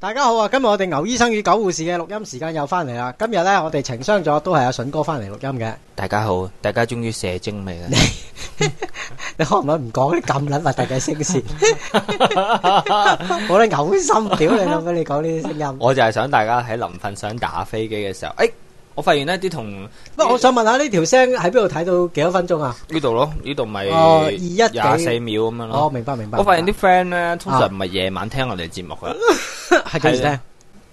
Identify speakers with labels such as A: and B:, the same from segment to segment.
A: 大家好啊！今日我哋牛醫生與狗護士嘅錄音時間又翻嚟啦。今日呢，我哋情商咗，都係阿筍哥翻嚟錄音嘅。
B: 大家好，大家終於射精未啦？
A: 你可唔可以唔講啲咁撚核突嘅聲線？我哋嘔心，屌你老母！你講呢啲 聲音。
B: 我就係想大家喺臨瞓想打飛機嘅時候，誒、我發現呢啲同
A: 不過我想問下呢條聲喺邊度睇到幾多分鐘啊？
B: 呢度咯，呢度咪
A: 哦二一幾
B: 廿四秒咁樣
A: 哦，
B: 咯。
A: 明白明白。
B: 我發現啲 friend 咧，通
A: 啊
B: 常唔係夜晚聽我哋節目噶，
A: 係幾時聽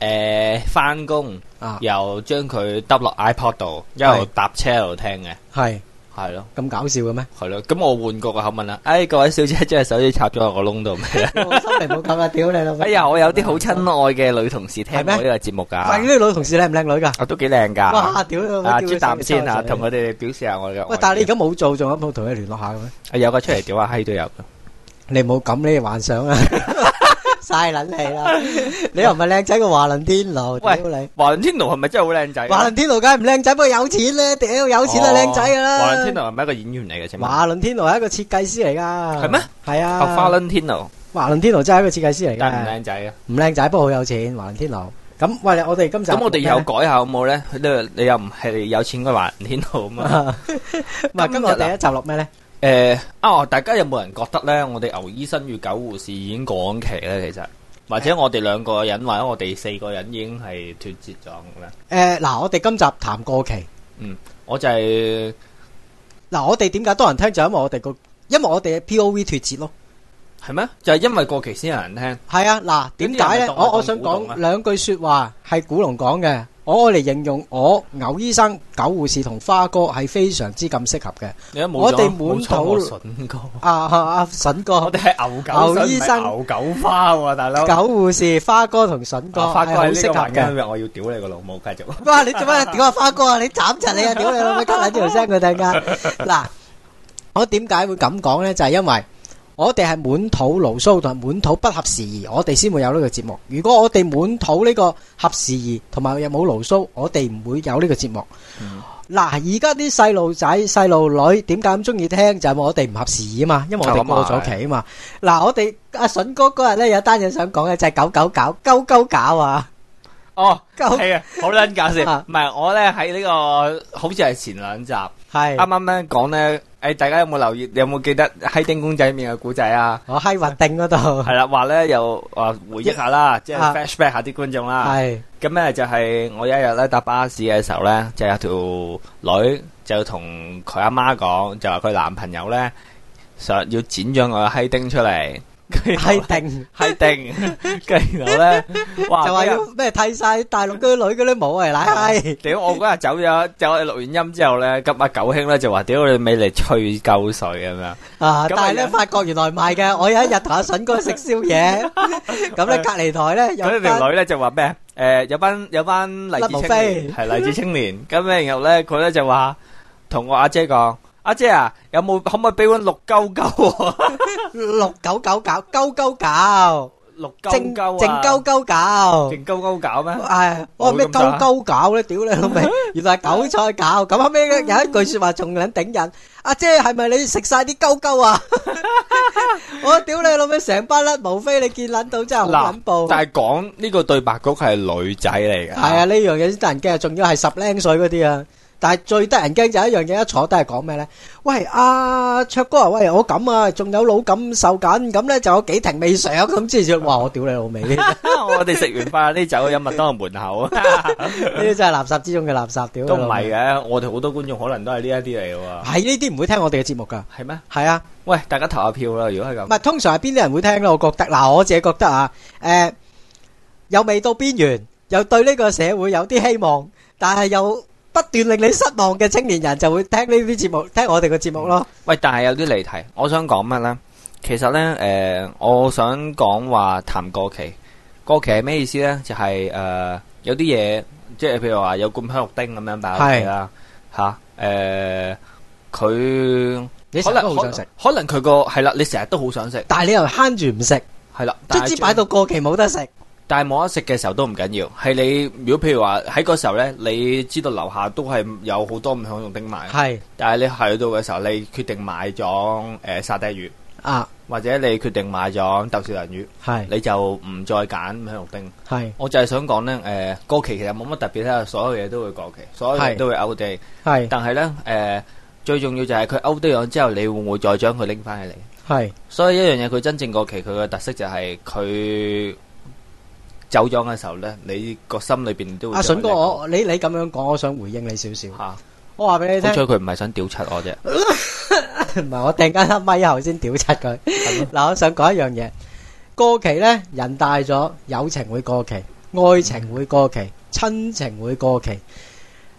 B: 誒翻工
A: 啊？
B: 又將佢揼落 iPod 度，一路
A: 係
B: 搭車一路聽嘅，
A: 係
B: 係咯。
A: 咁搞笑嘅咩？
B: 係咯，咁我換個口吻啦。誒、各位小姐將隻手指插咗落個窿度 未啊？
A: 我心嚟冇咁啊！屌你老母！
B: 哎呀，我有啲好親愛嘅女同事聽我
A: 係咩
B: 呢個節目
A: 喂，
B: 㗎，
A: 呢個女同事靚唔靚女㗎？
B: 我都幾靚㗎。
A: 哇！屌你老母！
B: 啊，
A: 屌
B: 朱
A: 你
B: 啖先啊，
A: 死
B: 同佢哋表示下我嘅愛意。
A: 喂，但係你而家冇做，仲有冇同佢聯絡下嘅咩？
B: 啊有個出嚟屌下閪都有㗎。
A: 你冇咁呢啲幻想啊！嘥撚氣啦！你又唔係靚仔個華倫天奴，屌
B: 喂
A: 你！
B: 華倫天奴係咪真係好靚仔？
A: 華倫天奴梗係唔靚仔，不過有錢咧，屌有錢就靚仔㗎啦！
B: 華倫天奴係咪一個演員嚟嘅？請問
A: 華倫天奴係一個設計師嚟㗎，
B: 係咩？
A: 係啊，
B: 啊花倫天奴，
A: 華倫天奴真係一個設計師嚟
B: 但係唔
A: 㗎，
B: 靚仔啊。
A: 唔靚仔不過好有錢，華倫天奴。咁喂，我哋今集
B: 咁我哋
A: 咩
B: 有
A: 呢
B: 改下好冇咧？你你又唔係有錢嘅華倫天奴 咁
A: Ờ.
B: 啊？
A: 唔係今日我哋一集錄咩咧？
B: 誒啊！大家有冇人覺得咧？我哋牛醫生與狗護士已經過緊期咧，其實或者我哋兩個人或者我哋四個人已經係脱節咗嘅咧。
A: 誒嗱，我哋今集談過期。
B: 我就係
A: 嗱，我哋點解多人聽就因為我哋個，因為我哋嘅 P.O.V 脱節咯。
B: 係咩？就係因為過期先有人聽。
A: 係啊，嗱，點解咧？
B: 咁啲人咪當
A: 我我
B: 當
A: 想
B: 古董
A: 講
B: 啊
A: 兩句説話係古龍講嘅，我愛嚟形容我牛醫生、狗護士同花哥係非常之咁適合嘅。
B: 你都冇咗
A: 我哋滿
B: 冇咗
A: 肚
B: 我筍哥，
A: 啊啊啊，筍哥
B: 我、哋係牛狗
A: 牛
B: 牛
A: 醫
B: 醫
A: 生
B: 生牛狗花喎，大佬。
A: 狗護士、花哥同筍哥
B: 啊發哥
A: 係好
B: 喺呢
A: 適
B: 個
A: 合
B: 環境
A: 嘅
B: 入。面，我要屌你個老母，繼 續。
A: 哇！你做乜屌啊花哥啊？你斬柒你啊！屌你老母，咳撚條聲佢突然間。嗱，我點解會咁講咧？就係因為我哋係滿肚牢騷同埋滿肚不合時宜，我哋先會有呢個節目。如果我哋滿肚呢個合時宜同埋又冇牢騷，我哋唔會有呢個節目。嗱，而家啲細路仔、細路女點解咁中意聽？就係、我哋唔合時宜啊嘛，因為我哋過咗期啊嘛。嗱，我哋阿筍哥嗰日咧有單嘢想講嘅，就係狗狗搞、鳩鳩搞啊！
B: 哦，
A: 鳩
B: 係啊， 好撚搞笑。
A: 啊
B: 唔係我咧喺呢個好似係前兩集，啱
A: 係
B: 啱咧講咧，誒大家有冇留意？有冇記得閪丁公仔面嘅故仔啊？
A: 我閪哦核定嗰度。
B: 係啦，話咧又話回憶下啦，即係
A: 啊
B: flashback 下啲觀眾啦。
A: 系
B: 咁咧就係我有一日咧搭巴士嘅時候咧，就有條女就同佢阿媽講，就話佢男朋友咧想要剪咗我嘅閪丁出嚟，跟住
A: 系定，
B: 閪丁，跟住 然後咧，哇！
A: 就話
B: 嗰
A: 要
B: 日
A: 咩剃晒大陸嗰啲女嗰啲毛嚟奶閪，
B: 屌我嗰日走咗，走我錄完音之後咧，咁阿九兄咧就話：屌你未嚟吹鳩水咁樣。
A: 啊！
B: 咁
A: 但係咧
B: 啊
A: 發覺原來唔係嘅，我有一日同阿筍哥食宵夜，咁咧隔離台咧有班
B: 咁條女咧就話咩？誒有班有班勵志
A: 甩
B: 青
A: 毛飛
B: 年係勵志青年，咁咧然後咧佢咧就話同我阿姐講：阿姐啊，有冇可唔可以俾碗綠鳩鳩我？
A: 六九九搞鳩鳩搞，
B: 六
A: 正
B: 鳩鳩
A: 正
B: 啊，
A: 鳩鳩搞。
B: 正鳩鳩搞咩？
A: 唉，我話咩鳩鳩搞咧？屌你老味，原來係韭菜搞。咁後尾有一句説話仲撚頂人，阿姐係咪你食晒啲鳩鳩啊？我屌你老味，成班甩毛飛，你見撚到真係好
B: 嗱
A: 撚暴。
B: 但係講呢個對白局係女仔嚟
A: 系
B: 嘅，
A: 啊，，呢样嘢先得人惊啊，仲要系十零岁嗰啲啊。但系最得人惊就係一样嘢，一坐低系讲咩咧？喂，阿、卓哥啊，喂，我咁啊，仲有脑感受紧，咁咧就有几停未上咁之前，哇！我屌你老味，呢
B: 我哋食完飯呢走咗麥當勞門口，
A: 啲真系垃圾之中嘅垃圾，屌
B: 都唔係嘅。我哋好多觀眾可能都係呢一啲嚟嘅喎，
A: 系呢啲唔会听我哋嘅节目噶，
B: 係咩？
A: 系啊，
B: 喂，大家投下票啦！如果係
A: 唔
B: 咁，
A: 系通常系边啲人会听咧？我觉得嗱，我自己觉得啊，诶、又未到边缘，又对呢个社会有啲希望，但系又不断令你失望嘅青年人就会听呢啲节目，听我哋嘅节目咯，
B: 喂，但係有啲離題，我想講乜咧？其實咧，誒、我想講話談過期，過期係咩意思咧？就係、呃有啲嘢，即係譬如話有罐香肉丁咁樣擺喺屋企啦，嚇誒，呃佢、
A: 你
B: 可
A: 成日
B: 能
A: 都好想食。
B: 可能佢個係啦，你成日都好想食，
A: 但係你又慳住唔食，
B: 係啦，
A: 卒之擺到過期冇得食，
B: 但係冇得食嘅時候都唔緊要，係你如果譬如話喺嗰時候咧，你知道樓下都係有好多唔享用丁賣，
A: 係
B: 但係你去到嘅時候，你決定買咗誒、呃沙爹魚，
A: 啊，
B: 或者你決定買咗豆豉鯪魚，
A: 係
B: 你就唔再揀香肉丁。
A: 係
B: 我就係想講呢，誒、過期其實冇乜特別啦，所有嘢都會過期，所有嘢
A: 係
B: 都會 out day。
A: 係
B: 但係呢，誒、最重要就係佢 out day 咗之後，你會唔會再將佢拎翻起嚟？
A: 係
B: 所以一樣嘢，佢真正過期，佢嘅特色就係佢走咗嘅時候呢，你個心裏邊都會
A: 阿
B: 將
A: 筍
B: 佢
A: 哥，
B: 拎過
A: 我你你咁樣講，我想回應你少少。
B: 嚇。
A: 我話俾你聽
B: 好，彩佢唔係想屌柒我啫，
A: 唔係我突然間喺咪後先屌柒佢。
B: 係咯
A: 嗱，我想講一樣嘢，過期呢，人大咗，友情會過期，愛情會過期，親情會過期。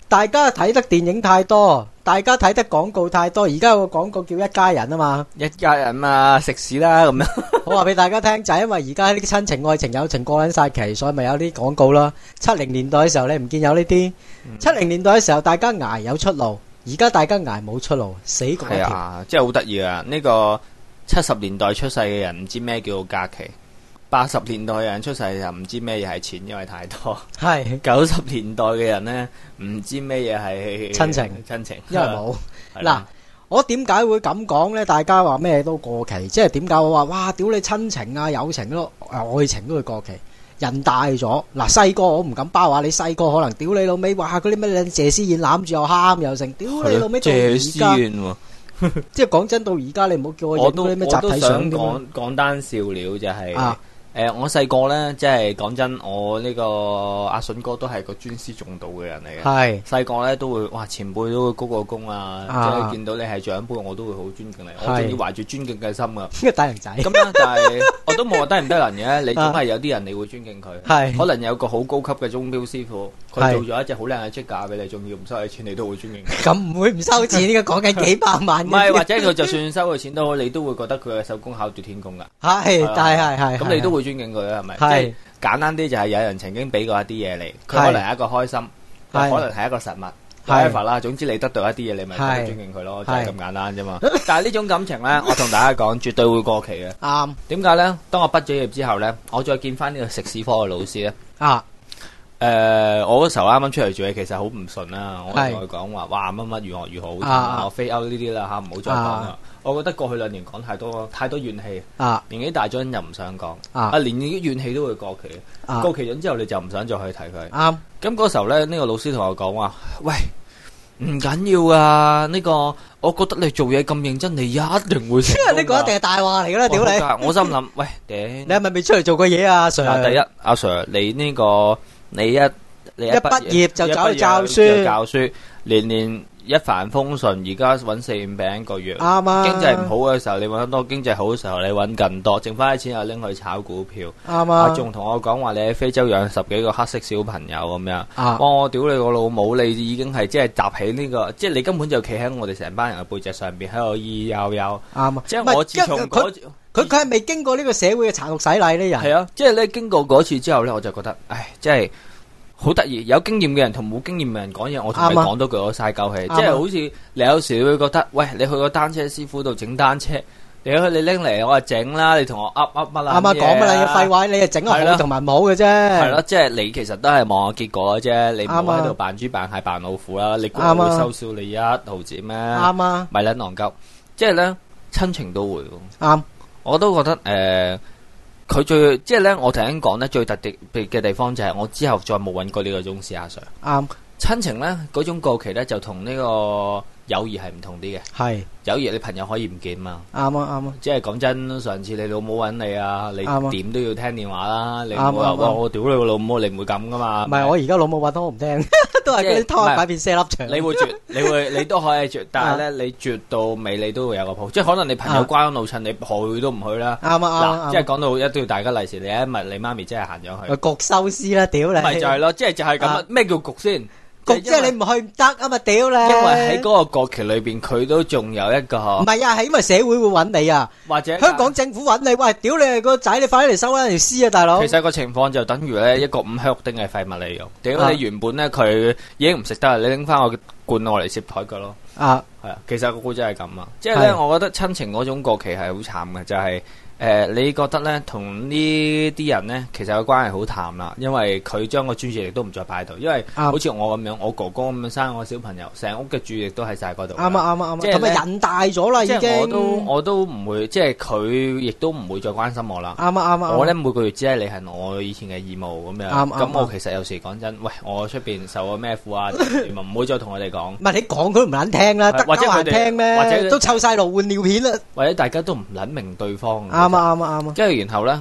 A: 大家睇得電影太多，大家睇得廣告太多，而家有個廣告叫一家人啊 嘛。
B: 一家人啊，食屎啦咁樣，
A: 我話俾大家聽，就係因為而家呢啲親情、愛情、友情過撚晒期，所以咪有啲廣告啦。七零年代嘅時候，你唔見有呢啲。
B: 嗯
A: 七零年代嘅時候，大家捱有出路，而家大家捱冇出路，死過一
B: 係
A: 條。
B: 啊，真係好得意啊！呢個七十年代出世嘅人唔知咩叫做假期，八十年代嘅人出世就唔知咩嘢係錢，因為太多；
A: 係，
B: 九十年代嘅人呢，唔知咩嘢係
A: 親情
B: 親情
A: 因為冇。
B: 係
A: 嗱
B: 啦，
A: 我點解會咁講呢？大家話咩都過期，即係點解我話哇，屌你親情啊、友情咯、誒愛情都會過期。人大咗，嗱細個我唔敢包話，你細個可能屌你老味，哇嗰啲咩靚謝師宴攬住又喊又成，屌你老味到而
B: 謝思
A: 家，
B: 遠喎，
A: 即係講真到而家你唔好叫我影
B: 我都
A: 嗰啲咩
B: 我
A: 集
B: 都
A: 體
B: 想
A: 相添啊
B: 講講單笑料就係
A: 啊。
B: 誒，我細個呢，即係講真，我呢個阿筍哥都係個尊師重道嘅人嚟嘅。
A: 係
B: 細個咧都會哇前輩都會鞠個躬啊，
A: 啊
B: 即係見到你係長輩，我都會好尊敬你，我
A: 係
B: 仲要懷住尊敬嘅心噶。
A: 呢個低人仔，
B: 咁咧，但係我都冇話得唔得人嘅，你總係有啲人你會尊敬佢。
A: 係
B: 可能有個好高級嘅鐘錶師傅，佢
A: 係
B: 做咗一隻好靚嘅織架俾你，仲要唔收你錢，你都會尊敬佢。
A: 咁唔會唔收錢？呢個講緊幾百萬
B: 唔
A: 嘅，
B: 係，或者佢就算收佢錢都好，你都會覺得佢嘅手工巧奪天工噶。
A: 係，但係係係，
B: 咁你都
A: 會
B: 會尊敬佢啊，係咪？即
A: 係
B: 係簡單啲就係有人曾經俾過一啲嘢你，佢
A: 係
B: 可能係一個開心，
A: 係
B: 又可能係一個實物。
A: 係
B: whatever 啦，總之你得到一啲嘢，你咪
A: 係
B: 尊敬佢咯，就
A: 係
B: 係咁簡單啫嘛。 但係呢種感情呢，我同大家講，絕對會過期嘅。
A: 啱
B: 點解呢？當我畢咗業之後呢，我再見翻呢個食屎科嘅老師呢。
A: 啊，
B: 誒、我嗰時候啱啱出嚟做嘢，其實好唔順啦。我
A: 係
B: 同佢講話，哇，乜乜如何如何，好慘
A: 啊
B: 啊我飛歐呢啲啦嚇，唔好再講啦
A: 啊。
B: 我覺得過去兩年講太多太多怨氣，
A: 啊
B: 年紀大咗就唔想講。
A: 啊
B: 啊，連啲怨氣都會過期，
A: 啊
B: 過期咗之後你就唔想再去睇佢。
A: 啱
B: 咁嗰時候咧，呢、個老師同我講話：，喂，唔緊要啊，呢、個我覺得你做嘢咁認真，你一定會成
A: 呢個
B: 功㗎。
A: 呢個一定係大話嚟㗎啦，屌你！
B: 我心諗，喂，頂！
A: 你係咪未出嚟做過嘢啊，Sir？
B: 嗱，第一，阿 Sir，你呢、個你一你
A: 一
B: 畢
A: 畢業就
B: 一
A: 走
B: 畢
A: 去教
B: 業
A: 書
B: 就教書，年年一帆風順，而家揾四五餅一個月。
A: 啱啊，
B: 經濟唔好嘅時候你揾得多，經濟好嘅時候你揾更多，剩翻啲錢又拎去炒股票。
A: 啱
B: 啊，
A: 啊，
B: 仲同我講話你喺非洲養十幾個黑色小朋友咁樣。
A: 啊
B: 哇！我屌你個老母，你已經係即係集起呢、個，即係你根本就企喺我哋成班人嘅背脊上邊，喺度咿咿悠悠。
A: 啱啊，
B: 即係
A: 唔係
B: 我自從
A: 因為
B: 嗰
A: 佢佢佢係未經過呢個社會嘅殘酷洗禮呢人，
B: 係啊，即係咧經過嗰次之後咧，我就覺得，唉，即係好得意。有經驗嘅人同冇經驗嘅人講嘢，我同你
A: 啱啊
B: 講多句，我嘥鳩氣。
A: 啱啊
B: 即係好似你有時會覺得，喂，你去個單車師傅度整單車，你去你拎嚟，我就整啦。你同我噏噏乜啦？
A: 啱啊，講乜啦嘢廢
B: 話。
A: 話，你係整個
B: 係啦
A: 好同埋唔好嘅啫，
B: 係
A: 係
B: 咯，，即係你其實都係望下結果啫，你唔好
A: 啱啊
B: 喺度扮豬扮蟹扮老虎啦，你估
A: 啱
B: 我
A: 啊
B: 會收少你一毫子咩？
A: 啱啊，
B: 咪撚戇鳩，即係咧親情都會喎，
A: 啱
B: 我都覺得誒，佢、最即係咧，我頭先講咧最特別嘅地方就係我之後再冇揾過呢個宗師阿 Sir。
A: 啱
B: 親情咧嗰種過期咧就同呢個友誼係唔同啲嘅，
A: 係
B: 友誼你朋友可以唔見嘛。
A: 啱啊啱啊，
B: 即係講真，上次你老母揾你啊，你
A: 啱啊
B: 點都要聽電話啦，你唔
A: 啱
B: 好
A: 啊
B: 話
A: 啱啊
B: 哇我屌你個老母，你唔會咁噶嘛？
A: 唔係我而家老母話得我唔 聽，都係嗰
B: 即
A: 啲
B: 係
A: 拖
B: 唔
A: 下
B: 係
A: 擺片卸粒牆，
B: 你 會絕，你會你都可以絕，但係咧你絕到尾你都會有個譜，即係可能你朋友
A: 啊
B: 乖安老襯，你去都唔去啦。
A: 啱啊啱
B: 嗱，
A: 啊
B: 即
A: 啱
B: 係講到一定要大家利是，你一物你媽咪真係行咗去
A: 啊，，焗收屍啦，屌你，
B: 咪就係咯，即係就係咁啊
A: 啊！
B: 咩叫局先？
A: 焗即
B: 因為
A: 係你唔去唔得啊嘛，屌你，
B: 因為喺嗰個過期裏邊，佢都仲有一個
A: 唔係啊，係因為社會會揾你啊。
B: 或者
A: 香港政府揾你，喂，屌你個仔，你快啲嚟收翻條屍啊，大佬！
B: 其實個情況就等於咧一個五香肉丁嘅廢物嚟用，屌
A: 啊
B: 你原本咧佢已經唔食得啦，你拎翻個罐我嚟攝台腳咯。
A: 啊，
B: 系啊，其實個故仔係咁啊，即係咧，
A: 係
B: 我覺得親情嗰種過期係好慘嘅，就係、诶、你覺得咧同呢啲人咧，其實個關係好淡啦，因為佢將個專注力都唔再擺喺度，因為
A: 啱
B: 好似我咁樣，我哥哥咁樣生我小朋友，成屋嘅注意力都喺晒嗰度。
A: 啱啊啱啊
B: 即
A: 啱
B: 係
A: 啊，咁
B: 咧
A: 啊人大咗啦已
B: 即
A: 經，
B: 係我都
A: 啱
B: 我都唔會，即係佢亦都唔會再關心我啦。
A: 啊啱啊，
B: 我咧每個月只係履行我以前嘅義務咁樣，
A: 啱啊啱
B: 咁我
A: 啱
B: 其實有時講真，喂，我出邊受咗咩苦啊，唔會再同佢哋講。
A: 唔係你講佢都唔撚聽啦，
B: 係
A: 得
B: 或者
A: 交
B: 佢
A: 還
B: 哋
A: 聽
B: 或者佢
A: 咩？都湊晒路換尿片啦，
B: 或者大家都唔撚明對方。
A: 啱啊啱啊啱啊，
B: 跟住然後咧，誒、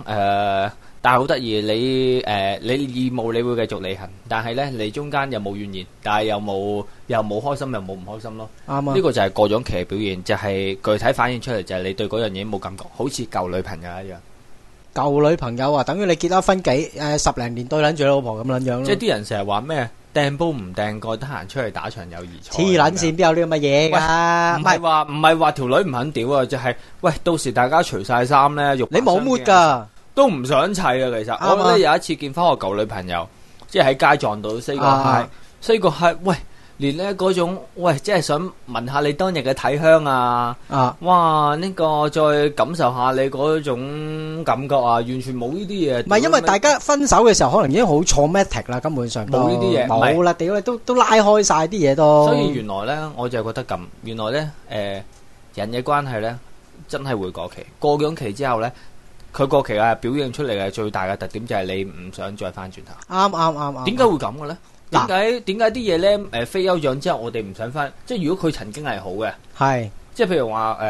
B: 但係好得意，你誒、你義務你會繼續履行，但係咧你中間又冇怨言，但係又冇又冇開心又冇唔開心咯。
A: 啱
B: 呢、
A: 啊。
B: 個就係過咗期嘅表現，就係、具體反映出嚟就係你對嗰樣嘢冇感覺，好似舊女朋友一樣。
A: 舊女朋友啊，等於你結咗婚幾誒十零年對撚住老婆咁撚樣
B: 即
A: 咯，
B: 係啲人成日話咩掟煲唔掟蓋，得閒出去打場友誼賽。
A: 黐撚線，邊有呢咁嘅嘢㗎？
B: 唔
A: 唔
B: 係
A: 係
B: 話唔係話條女唔肯屌啊，就係、喂到時大家除晒衫咧，肉
A: 你冇
B: 抹
A: mood 㗎，
B: 都唔想砌啊！其實
A: 啱啊
B: 我咧有一次見翻我舊女朋友，即係喺街撞到 say 個
A: 啊
B: hi，say 個 hi，喂，連咧嗰種喂，即係想問下你當日嘅體香啊，
A: 啊
B: 哇，呢、個再感受下你嗰種感覺啊，完全冇呢啲嘢。
A: 唔係因為大家分手嘅時候可能已經好 traumatic 啦，根本上都
B: 冇呢啲嘢唔係
A: 冇啦，屌你都都拉開晒啲嘢都，
B: 所以原來咧，我就覺得咁，原來咧，誒、人嘅關係咧，真係會過期。過咗期之後咧，佢過期啊，表現出嚟嘅最大嘅特點就係你唔想再翻轉頭。
A: 啱啱啱啱，啊
B: 點解會咁嘅咧？點
A: 嗱
B: 解點解啲嘢咧？誒、非休養之後，我哋唔想翻。即係如果佢曾經係好嘅，
A: 係
B: 即係譬如話誒、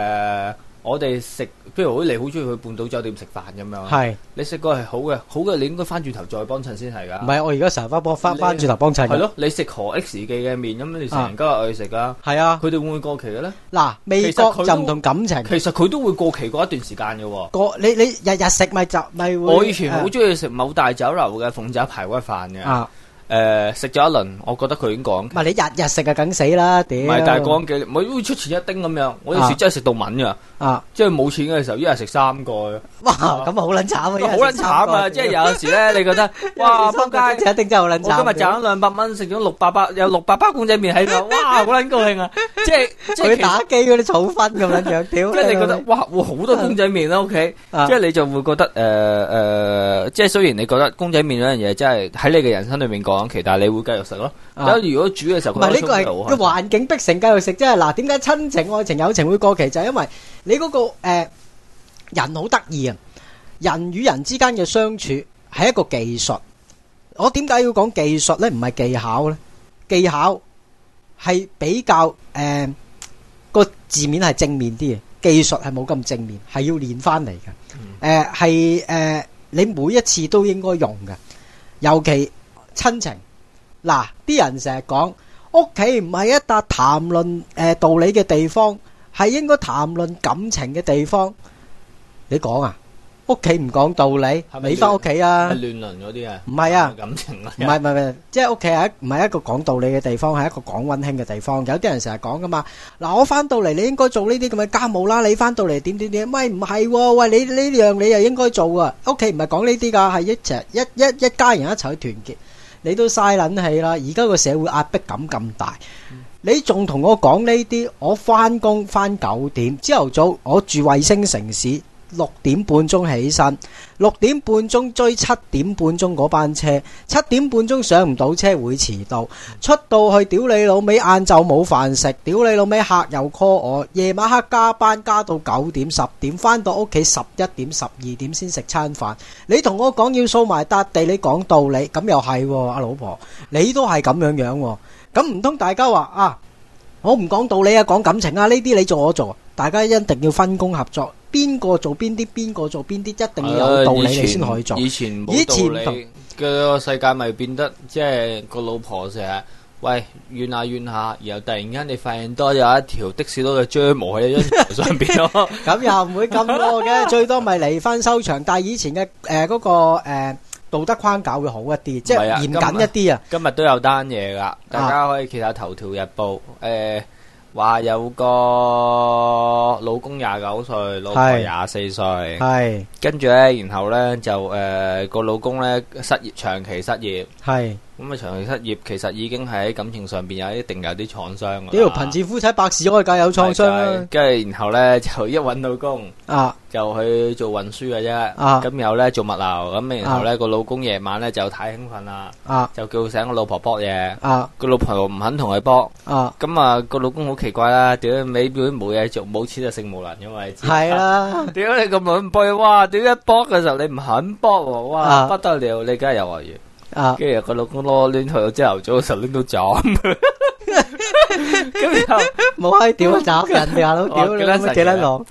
B: 我哋食，譬如好似你好中意去半島酒店食飯咁樣，
A: 係
B: 你食過係好嘅，好嘅你應該翻轉頭再幫襯先係
A: 唔
B: 㗎。
A: 係我而家成日翻幫翻翻轉頭幫襯㗎
B: 係，咯，你食何 X 記嘅面咁，你成日都係去食㗎。
A: 係啊嗯
B: 佢哋會唔會過期嘅咧？
A: 嗱味
B: 其實佢
A: 覺
B: 都
A: 就唔同感情。
B: 其實佢都會過期嗰一段時間嘅喎。
A: 個你你日日食咪就咪會。
B: 我以前好中意食某大酒樓嘅鳳爪排骨飯嘅，誒、
A: 啊，
B: 食咗一輪，我覺得佢已經過緊期
A: 唔係你日日食就梗死啦，屌！
B: 唔係，但係講幾，唔係好似出前一丁咁樣。我有時
A: 啊
B: 真係食到敏㗎，
A: 啊，
B: 即係冇錢嘅時候，一日食三個嘅，
A: 哇，咁啊好撚慘啊，
B: 好
A: 一日食
B: 撚
A: 三
B: 慘
A: 個
B: 啊！即係有時咧，你 覺得哇，
A: 一日食三個
B: 撲
A: 一
B: 街！
A: 日一定真係好撚
B: 我今日
A: 慘。
B: 賺咗兩百蚊，食咗六百包，有六百包公仔麵喺度，哇， 好撚高興啊！即係即係
A: 佢
B: 其
A: 打
B: 實，
A: 機嗰啲草分咁撚樣，屌！
B: 即係你覺得哇，哇好多公仔麵啦屋企，
A: 啊
B: 即係你就會覺得誒誒，即係雖然你覺得公仔麵嗰樣嘢真係喺你嘅人生裏面過緊期，但係你會繼續食咯。
A: 啊
B: 但係如果煮嘅時候，
A: 唔係呢個
B: 個
A: 係個環境逼成繼續食啫。嗱，點解親情、愛情、友情會過期？就係因為你嗰個誒人好得意啊！人與人之間嘅相處係一個技術。我點解要講技術咧？唔係技巧咧？技巧係比較誒個字面係正面啲嘅，技術係冇咁正面，係要練翻嚟嘅。誒係誒，你每一次都應該用嘅，尤其親情。嗱，啲人成日講屋企唔係一笪談論誒道理嘅地方，係應該談論感情嘅地方。你講啊，屋企唔講道理
B: 係，咪
A: 你翻屋企啊
B: 係？亂倫嗰啲啊，
A: 唔係啊
B: 感情啊，
A: 唔係唔係唔係，即係屋企係一唔係一個講道理嘅地方，係一個講温馨嘅地方。有啲人成日講噶嘛，嗱我翻到嚟你應該做呢啲咁嘅家務啦，你翻到嚟點點點，喂唔係喎，喂你呢樣你又應該做啊。屋企唔係講呢啲㗎，係一齊一一一家人一齊去團結，你都嘥撚氣啦。而家個社會壓迫感咁大。你仲同我講呢啲？我翻工翻九點，朝頭早我住衛星城市，六點半鐘起身，六點半鐘追七點半鐘嗰班車，七點半鐘上唔到車會遲到，出到去屌你老味，晏晝冇飯食，屌你老味客又 call 我，夜晚黑加班加到九點十點，翻到屋企十一點十二點先食餐飯。你同我講要掃埋笪地，你講道理，咁又係喎，阿老婆，你都係咁樣樣喎。咁唔通大家話啊，我唔講道理啊，講感情啊，呢啲你做我做，大家一定要分工合作，邊個做邊啲，邊個做邊啲，一定要有道理你先可以做。
B: 啊以前
A: 以前
B: 冇道
A: 同
B: 理嘅世界咪變得即係個老婆成日。喂，怨下怨下，然後突然間你發現多有一條的士佬嘅張毛喺張牆上 邊咯，
A: 咁又唔會咁多嘅，最多咪離婚收場。但係以前嘅誒嗰個、呃、道德框架會好一啲，即
B: 係
A: 係
B: 啊
A: 嚴謹一啲啊。
B: 今日都有單嘢噶，大家可以揭下頭條日報。誒、話、有個老公廿九歲，老婆
A: 係
B: 廿四歲，
A: 係
B: 跟住咧，然後咧就誒個、老公咧失業，長期失業，
A: 係
B: 咁啊，長期失業其實已經喺感情上邊有一定有啲創傷㗎啦
A: 屌，貧賤夫妻百事哀，梗有創傷啦。
B: 跟住然後咧就一揾到工
A: 啊
B: 就去做運輸嘅啫，
A: 啊
B: 咁有咧做物流，咁然後咧個老公夜晚咧就太興奮啦，
A: 啊
B: 就叫醒個老婆搏嘢，
A: 啊
B: 個老婆唔肯同佢搏，
A: 啊，
B: 咁啊個老公好奇怪啦，屌你尾表冇嘢做，冇錢就性無能，因為知
A: 係啦，
B: 屌你咁卵背，哇！屌一搏嘅時候你唔肯搏喎，哇、
A: 啊
B: 不得了，你梗係有外遇，
A: 啊
B: 跟住個老公攞攣去到朝頭早嘅時候攣到撞，咁然後
A: 冇閪屌斬人哋下佬，屌你老母幾撚狼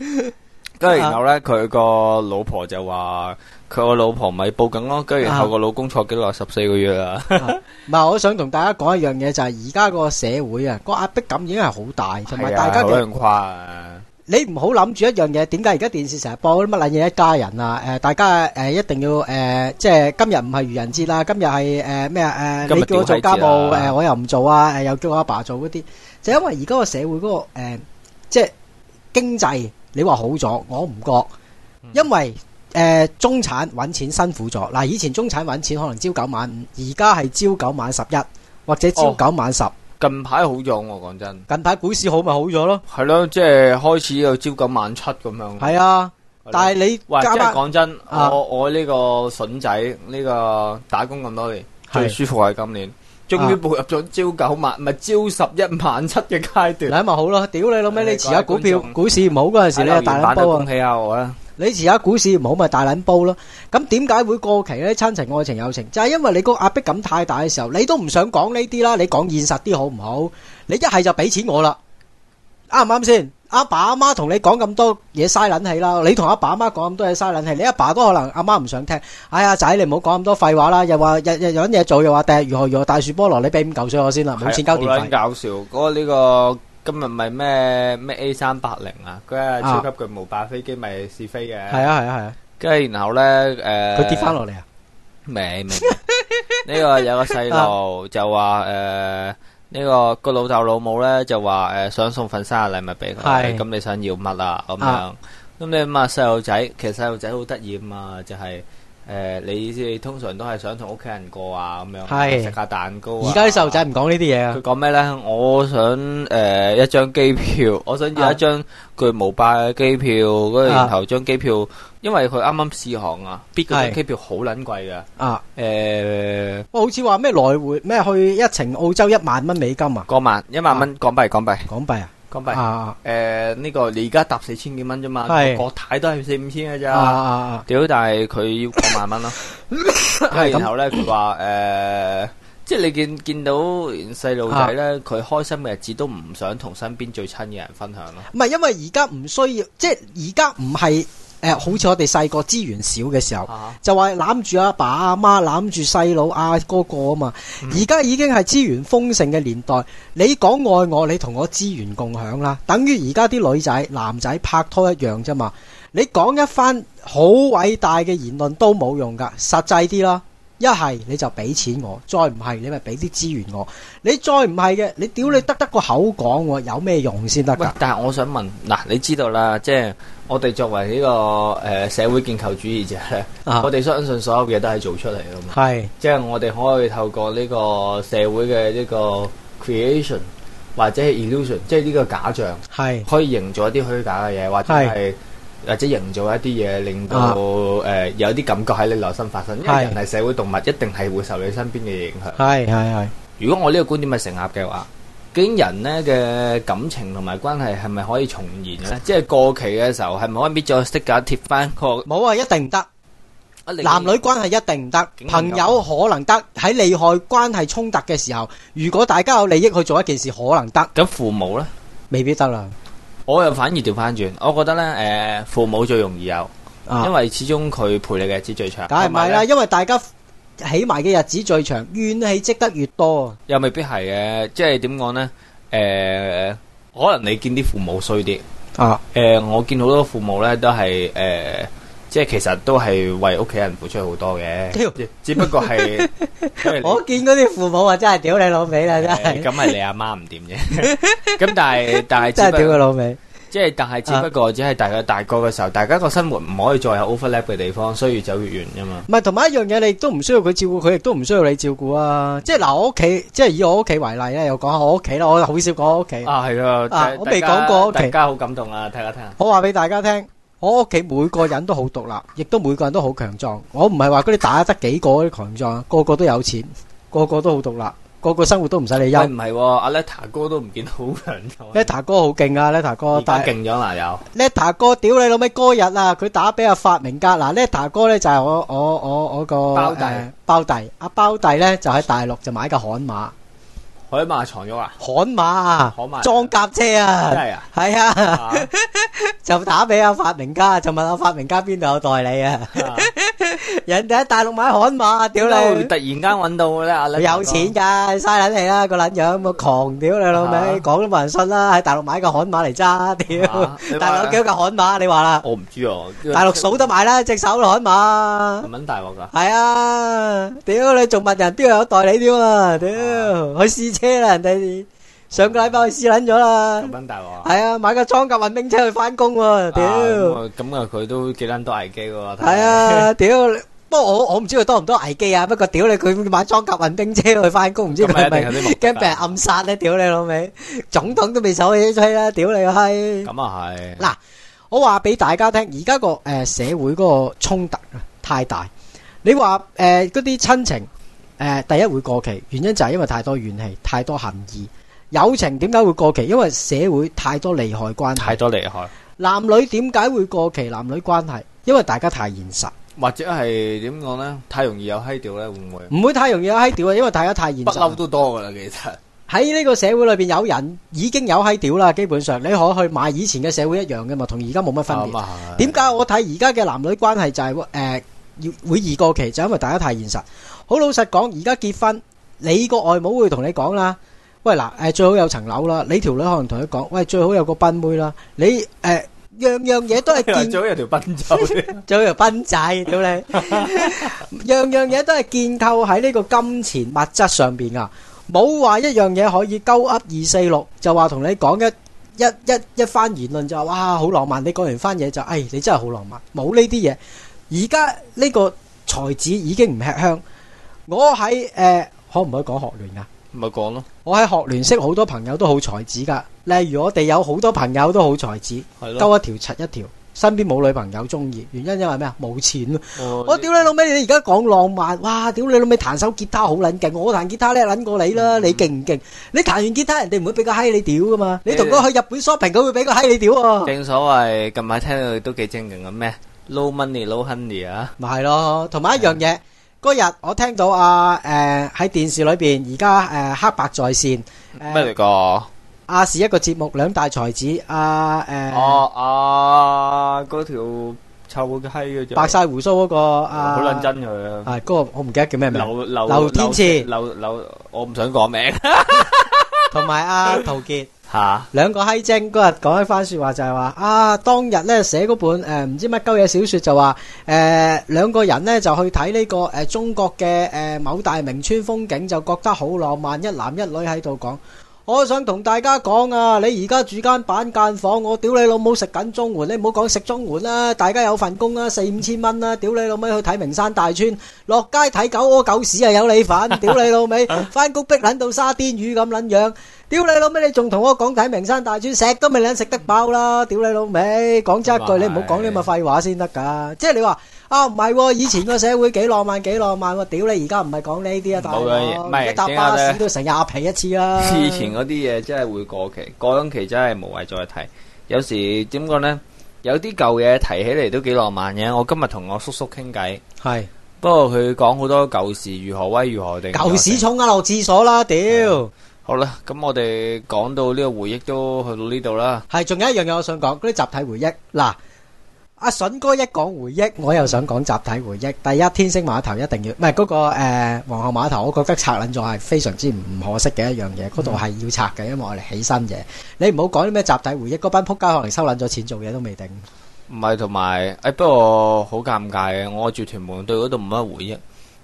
B: 跟住然後
A: 啊
B: 咧佢個老婆就話佢個老婆咪報警咯，跟住然後
A: 啊
B: 個老公坐幾耐十四個月啊啦，
A: 唔係，我想同大家講一樣嘢，就係而家個社會啊，個壓迫感已經係好大，同埋大家
B: 好
A: 嘅。
B: 樣誇啊，
A: 你唔好諗住一樣嘢，點解而家電視成日播啲乜撚嘢一家人啊？誒、大家誒、一定要誒、即係今日唔係愚人節啦，今日係誒咩啊？誒、
B: 今日
A: 你叫我做家務
B: 屌閪節
A: 誒、
B: 啊
A: 我又唔做啊！誒、又叫我阿爸做嗰啲，就因為而家個社會嗰、個、誒即係經濟，你話好咗，我唔覺，
B: 嗯
A: 因為誒、中產揾錢辛苦咗。嗱，以前中產揾錢可能朝九晚五，而家係朝九晚十一或者朝
B: 哦
A: 九晚十。
B: 近排好用喎，講真。
A: 近排股市好咪好咗咯，
B: 係咯，即係開始有朝九晚七咁樣。
A: 係啊，
B: 嗯係咯
A: 但係你
B: 喂，即
A: 加
B: 係
A: 班
B: 講真，
A: 啊
B: 我我呢個筍仔呢個打工咁多年，最
A: 係
B: 舒服係今年，終於
A: 啊
B: 步入咗朝九晚唔係朝十一晚七嘅階 段。
A: 嗱咪好咯，屌你老味！
B: 係
A: 你持有股票
B: 各位觀眾
A: 股市唔好嗰陣時，你
B: 喺
A: 就
B: 留
A: 大
B: 言板
A: 撚
B: 度
A: 煲啊
B: 恭！喜下我啦，
A: 你持有股市唔好咪大撚煲咯。咁點解會過期呢？親情、愛情、友情，就係因為你個壓迫感太大嘅時候，你都唔想講呢啲啦。你講現實啲好唔好？你一係就俾錢我啦，啱唔啱先？阿爸阿媽同你講咁多嘢嘥撚氣啦，你同阿爸阿媽講咁多嘢嘥撚氣，你阿爸都可能阿媽唔想聽。哎呀仔，你唔好講咁多廢話啦，又話日日有嘢做，又話第日如何如何大樹菠蘿，你俾五嚿水我先啦，冇錢交電
B: 係好撚
A: 費。
B: 搞笑。嗰個呢個今日咪咩咩 A 三八零啊，佢係超
A: 啊
B: 級巨無霸飛機咪試飛
A: 係
B: 嘅，
A: 啊係啊係啊，
B: 跟住然後咧誒，
A: 佢跌翻落嚟啊！
B: 未未，呢個有個細路就話诶，呢個個老豆老母咧就話诶想送份生日禮物俾佢，
A: 係
B: 咁你想要乜啊？咁樣
A: 啊
B: 咁你咁啊細路仔，其實細路仔好得意啊嘛，就係诶你通常都係想同屋企人過啊，咁樣
A: 係
B: 食下蛋糕啊。
A: 而家啲細路仔唔講呢啲嘢
B: 佢
A: 啊，
B: 講咩咧？我想诶一張機票，我想要一張巨無霸嘅機票，跟
A: 啊
B: 住然後張機票，因為佢啱啱試航啊，必嗰張
A: 係
B: 機票好撚貴嘅。
A: 啊，
B: Ờ, 诶、
A: 哇好似話咩來回咩去一程澳洲一萬蚊美金啊，
B: 過萬一萬蚊港幣，港幣，
A: 港幣啊，
B: 港幣。
A: 啊
B: 诶，呢個你而家搭四千幾蚊啫嘛，
A: 係
B: 國泰都係四五千嘅
A: 啊啊
B: 咋。
A: 啊
B: 屌，但係佢要過萬蚊咯。
A: 係咁
B: 然後咧，佢話诶，即係你見見到細路仔咧，佢開心嘅日子都唔想同身邊最親嘅人分享咯。
A: 唔係因為而家唔需要，即係而家唔係誒，好似我哋細個資源少嘅時候。
B: 啊，
A: 就話攬住阿爸阿媽，攬住細佬阿哥個啊嘛。而家已經係資源豐盛嘅年代，你講愛我，你同我資源共享啦。等於而家啲女仔、男仔拍拖一樣啫嘛。你講一番好偉大嘅言論都冇用噶，實際啲啦。一係你就俾錢我，再唔係你咪俾啲資源我。你再唔係嘅，你屌你得得個口講喎，有咩用先得
B: 喂
A: 㗎？，
B: 但係我想問，嗱，你知道啦，即係我哋作為呢個诶社會建構主義者咧，
A: 啊
B: 我，哋相信所有嘢都係做出嚟噶嘛。
A: 係
B: 即係我哋可以透過呢個社會嘅呢個 creation 或者係 illusion，即係呢個假象，
A: 係
B: 可以營造一啲虛假嘅嘢，或者
A: 係
B: 係或者營造一啲嘢，令到誒、
A: 啊
B: 呃有啲感覺喺你內心發生。因為
A: 係
B: 人係社會動物，一定係會受你身邊嘅影響。
A: 係係係
B: 如果我呢個觀點係成立嘅話，究竟人呢嘅感情同埋關係係咪可以重現嘅咧？即係過期嘅時候，係咪可以搣咗個 sticker 貼翻個
A: 冇啊，一定唔得。男女關係一定唔得
B: 竟，然
A: 朋友可能得。喺利害關係衝突嘅時候，如果大家有利益去做一件事，可能得，
B: 咁父母呢？
A: 未必得啦。
B: 我又反而調翻轉，我覺得呢，誒、父母最容易有。因
A: 啊，
B: 為始終佢陪你嘅日子最長，
A: 梗係唔係
B: 同埋
A: 啦，
B: 呢？
A: 因為大家起埋嘅日子最長，怨氣積得越多。
B: 又未必係嘅，即係點講呢？诶、可能你見啲父母衰啲，
A: 啊，
B: 诶、我見好多父母呢都係诶、誒即係其實都係為屋企人付出好多嘅
A: 屌，
B: 只只不過 係因為你
A: 我見嗰啲父母啊，真係屌你老味啦，真係
B: 誒 咁係你阿媽唔掂啫，咁但係但係
A: 真係
B: 只
A: 屌
B: 不
A: 佢老味。
B: 即係但係只不過只係大概大個嘅時候，大家個生活唔可以再有 overlap 嘅地方，所以越走越遠啫嘛。
A: 唔係，同埋一樣嘢，你都唔需要佢照顧，佢亦都唔需要你照顧啊！即係嗱，我屋企，即係以我屋企為例咧，又講下我屋企啦，我好少講我屋企。
B: 啊，係啊，
A: 啊
B: 大
A: 我未
B: 大
A: 講
B: 家
A: 過
B: 大
A: OK
B: 家好感動啊！大家聽下，
A: 我話俾大家聽，我屋企每個人都好獨立，亦都每個人都好強壯。我唔係話嗰啲打得幾個嗰啲強壯，個個都有錢，個個都好獨立，個個生活都唔使你
B: 喂
A: 憂。
B: 唔係喎，阿 Letta 哥都唔見好強壯，
A: Letta 哥好勁啊！Letta 哥
B: 而，家
A: 但係
B: 勁咗啦又。
A: Letta 哥屌你老味嗰日啊，佢打俾阿發明格嗱，Letta 哥咧就係我我我我個
B: 包弟
A: 呃包弟，阿包弟咧就喺大陸就買架悍馬。
B: 海馬藏咗啊！
A: 悍馬啊
B: 悍馬，
A: 裝甲車
B: 真
A: 啊，
B: 係啊！
A: 係啊，
B: 啊
A: 就打俾阿發明家，就問阿發明家邊度有代理啊？
B: 啊
A: 人哋喺大陸買悍馬，屌
B: 點解會
A: 你
B: 突！然間揾到嘅咧，阿 Letta
A: 佢有錢㗎，嘥撚氣啦，個撚樣咁啊狂屌你老味
B: 啊，
A: 講都冇人信啦，喺大陸買架悍馬嚟揸，
B: 啊你
A: 屌！
B: 話
A: 大陸有幾多架悍馬？你話啦，
B: 我唔知啊，
A: 大陸數得埋啦，隻手悍馬
B: 咁。撚大鑊㗎。
A: 係啊，屌你仲問人邊度有代理添啊？屌，去試車啦，人哋上個禮拜去試撚咗啦
B: 咁。撚大鑊啊！
A: 系啊，买架裝甲運兵車去翻工喎，屌！
B: 啊咁啊咁啊，佢都幾撚多危機喎。睇嚟
A: 係，啊， 屌！不過我我唔知佢多唔多危機啊，不過屌你佢買裝甲運兵車去翻工，唔知佢係咪
B: 咁咪一定有啲目的啊
A: 驚俾人暗殺咧？屌你老味，總統都未手起吹啦，屌你個閪！
B: 咁啊係。
A: 嗱，我話俾大家聽，而家個誒社會嗰個衝突啊太大。你話誒嗰啲親情誒、呃第一會過期，原因就係因為太多怨氣、太多恨意。友情點解會過期？因為社會太多利害關係
B: 太。多厲害，
A: 男女點解會過期男女關係？因為大家太現實，
B: 或者係點講咧？太容易有閪屌咧，會唔會？
A: 唔會太容易有閪屌啊！因為大家太現
B: 不嬲
A: 實。
B: 都多㗎啦，其實。
A: 喺呢個社會裏邊，有人已經有閪屌啦，基本上你可以去買以前嘅社會一樣嘅嘛，同而家冇乜分別。
B: 咁啊係
A: 點解我睇而家嘅男女關係就係、誒、要會易過期，就因為大家太現實。好老實講，而家結婚，你個外母會同你講啦，喂嗱誒、最好有層樓啦，你條女可能同佢講，喂最好有個賓妹啦，你誒、樣樣嘢 都係見
B: 最好有條賓州添。
A: 做條賓仔，屌你！ 樣樣嘢都係建構喺呢個金錢物質上邊噶，冇話一樣嘢可以鳩噏二四六，就話同你講一一一一番言論就話哇好浪漫，你講完番嘢就誒、哎、你真係好浪漫，冇呢啲嘢。而家呢個才子已經唔吃香，我喺誒、呃可唔可以講學聯啊？
B: 咪講咯，
A: 我喺學聯識好多朋友都好才子噶，例如我哋有好多朋友都好才子，
B: 係
A: 鳩
B: 咯。
A: 一條柒一條，身邊冇女朋友中意，原因因為咩啊？冇錢咯。我
B: 我
A: 屌你老味，你而家講浪漫，哇！屌你老味，彈首吉他好撚勁，我彈吉他叻撚過你啦，
B: 嗯
A: 你勁唔勁？你彈完吉他，人哋唔會俾個閪你屌噶嘛？你同
B: 誒
A: 佢去日本 shopping，佢會俾個閪你屌喎。
B: 正所謂近排聽到都幾正勁嘅咩？No money, no honey 啊！
A: 咪係咯，同埋一樣嘢，嗰日我聽到啊誒喺電視裏邊，而家誒黑白在線誒
B: 咩嚟個？
A: 亞視一個節目，兩大才子啊誒
B: 哦啊，嗰條臭嘅閪嘅就
A: 白晒胡鬚嗰個啊，
B: 好撚真佢啊！
A: 係嗰個我唔記得叫咩名，
B: 劉劉
A: 劉天賜
B: 劉劉，我唔想講名
A: 同埋阿陶傑。
B: 嚇。
A: 啊兩個閪精嗰日講一番説話就係話啊，當日咧寫嗰本誒唔、知乜鳩嘢小説就話誒、兩個人咧就去睇呢、個誒、呃中國嘅誒、某大名村風景，就覺得好浪漫，一男一女喺度講。我想同大家講啊，你而家住間板間房，我屌你老母食緊中援，你唔好講食中援啦，大家有份工啊啦，四五千蚊啦，屌你老味去睇名山大川，落街睇狗屙狗屎啊有你 份，屌你老味，翻工逼撚到沙甸魚咁撚樣。屌你老味，你仲同我講睇名山大川，石都未撚食得飽啦！屌你老味，講真
B: 啊
A: 一句，你唔好講呢咁嘅廢話先得㗎。即係你話啊，唔係喎，以前個社會幾浪漫幾浪漫喎，屌你而家唔係講呢啲啊，大
B: 冇嘅
A: 佬，
B: 唔係
A: 而家搭
B: 點
A: 巴
B: 解咧
A: 士都成廿皮一次啦。
B: 以前嗰啲嘢真係會過期，過咗期真係無謂再提。有時點講呢？有啲舊嘢提起嚟都幾浪漫嘅。我今日同我叔叔傾偈，
A: 係
B: 不過佢講好多舊事如何威如何定。
A: 舊屎衝啊落廁所啦，屌！
B: 好啦，咁我哋講到呢個回憶都去到呢度啦。
A: 係，仲有一樣嘢我想講，嗰啲集體回憶嗱。阿筍哥一講回憶，我又想講集體回憶。第一，天星碼頭一定要，唔係嗰個誒皇后碼頭，我覺得拆撚咗係非常之唔可惜嘅一樣嘢。嗰度係要拆嘅，因為我哋起新嘢。你唔好講啲咩集體回憶，嗰班撲街可能收撚咗錢做嘢都未定。
B: 唔係同埋，誒不過好尷尬嘅，我住屯門對嗰度冇乜回憶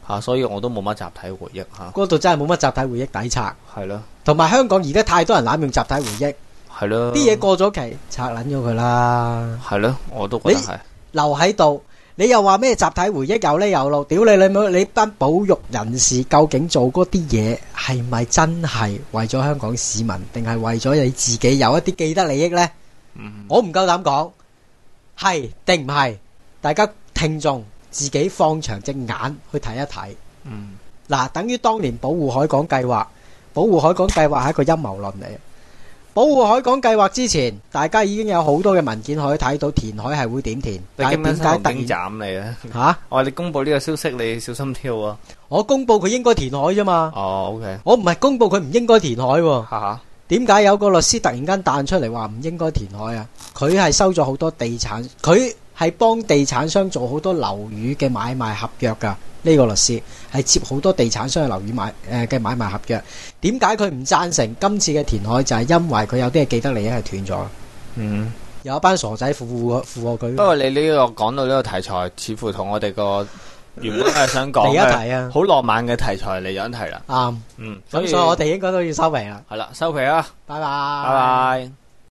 B: 嚇、所以我都冇乜集體回
A: 嗯
B: 憶嚇。
A: 嗰度真係冇乜集體回憶抵拆，
B: 係咯，
A: 同埋香港而家太多人濫用集體回憶，
B: 系咯，
A: 啲嘢過咗期，拆撚咗佢啦，
B: 系咯，我都覺得
A: 你
B: 係。
A: 留喺度。你又話咩集體回憶有呢有路？屌你你母！你班保育人士究竟做嗰啲嘢係咪真係為咗香港市民，定係為咗你自己有一啲既得利益呢？
B: 嗯，
A: 我唔夠膽講係定唔係，大家聽眾自己放長隻眼去睇一睇。
B: 嗯，
A: 嗱，等於當年保護海港計劃，保護海港計劃係一個陰謀論嚟嘅。保護海港計劃之前，大家已經有好多嘅文件可以睇到填海係會點填，
B: 你
A: 但
B: 基
A: 係
B: 本
A: 點解
B: 上
A: 突然
B: 經斬你咧。
A: 嚇、
B: 我哦話你公佈呢個消息，你小心跳啊。
A: 我公佈佢應該填海啫嘛，
B: 哦，OK，
A: 我唔係公佈佢唔應該填海喎。
B: 哈哈，
A: 點解有個律師突然間彈出嚟話唔應該填海啊？佢係收咗好多地產，佢係幫地產商做好多樓宇嘅買賣合約㗎。呢、個律師係接好多地產商嘅樓宇買誒嘅、買賣合約。點解佢唔贊成今次嘅填海？就係、因為佢有啲嘢記得利益係斷咗，
B: 嗯。
A: 有一班傻仔附和附和佢。
B: 不過你呢個講到呢個題材，似乎同我哋個原本係想講
A: 第一
B: 嘅
A: 題啊，
B: 好浪漫嘅題材嚟緊題啦。
A: 啱。
B: 嗯，所
A: 咁
B: 以
A: 所以我哋應該都要收皮啦。
B: 係啦，收皮啦，
A: 拜拜。
B: 拜
A: 拜
B: 拜。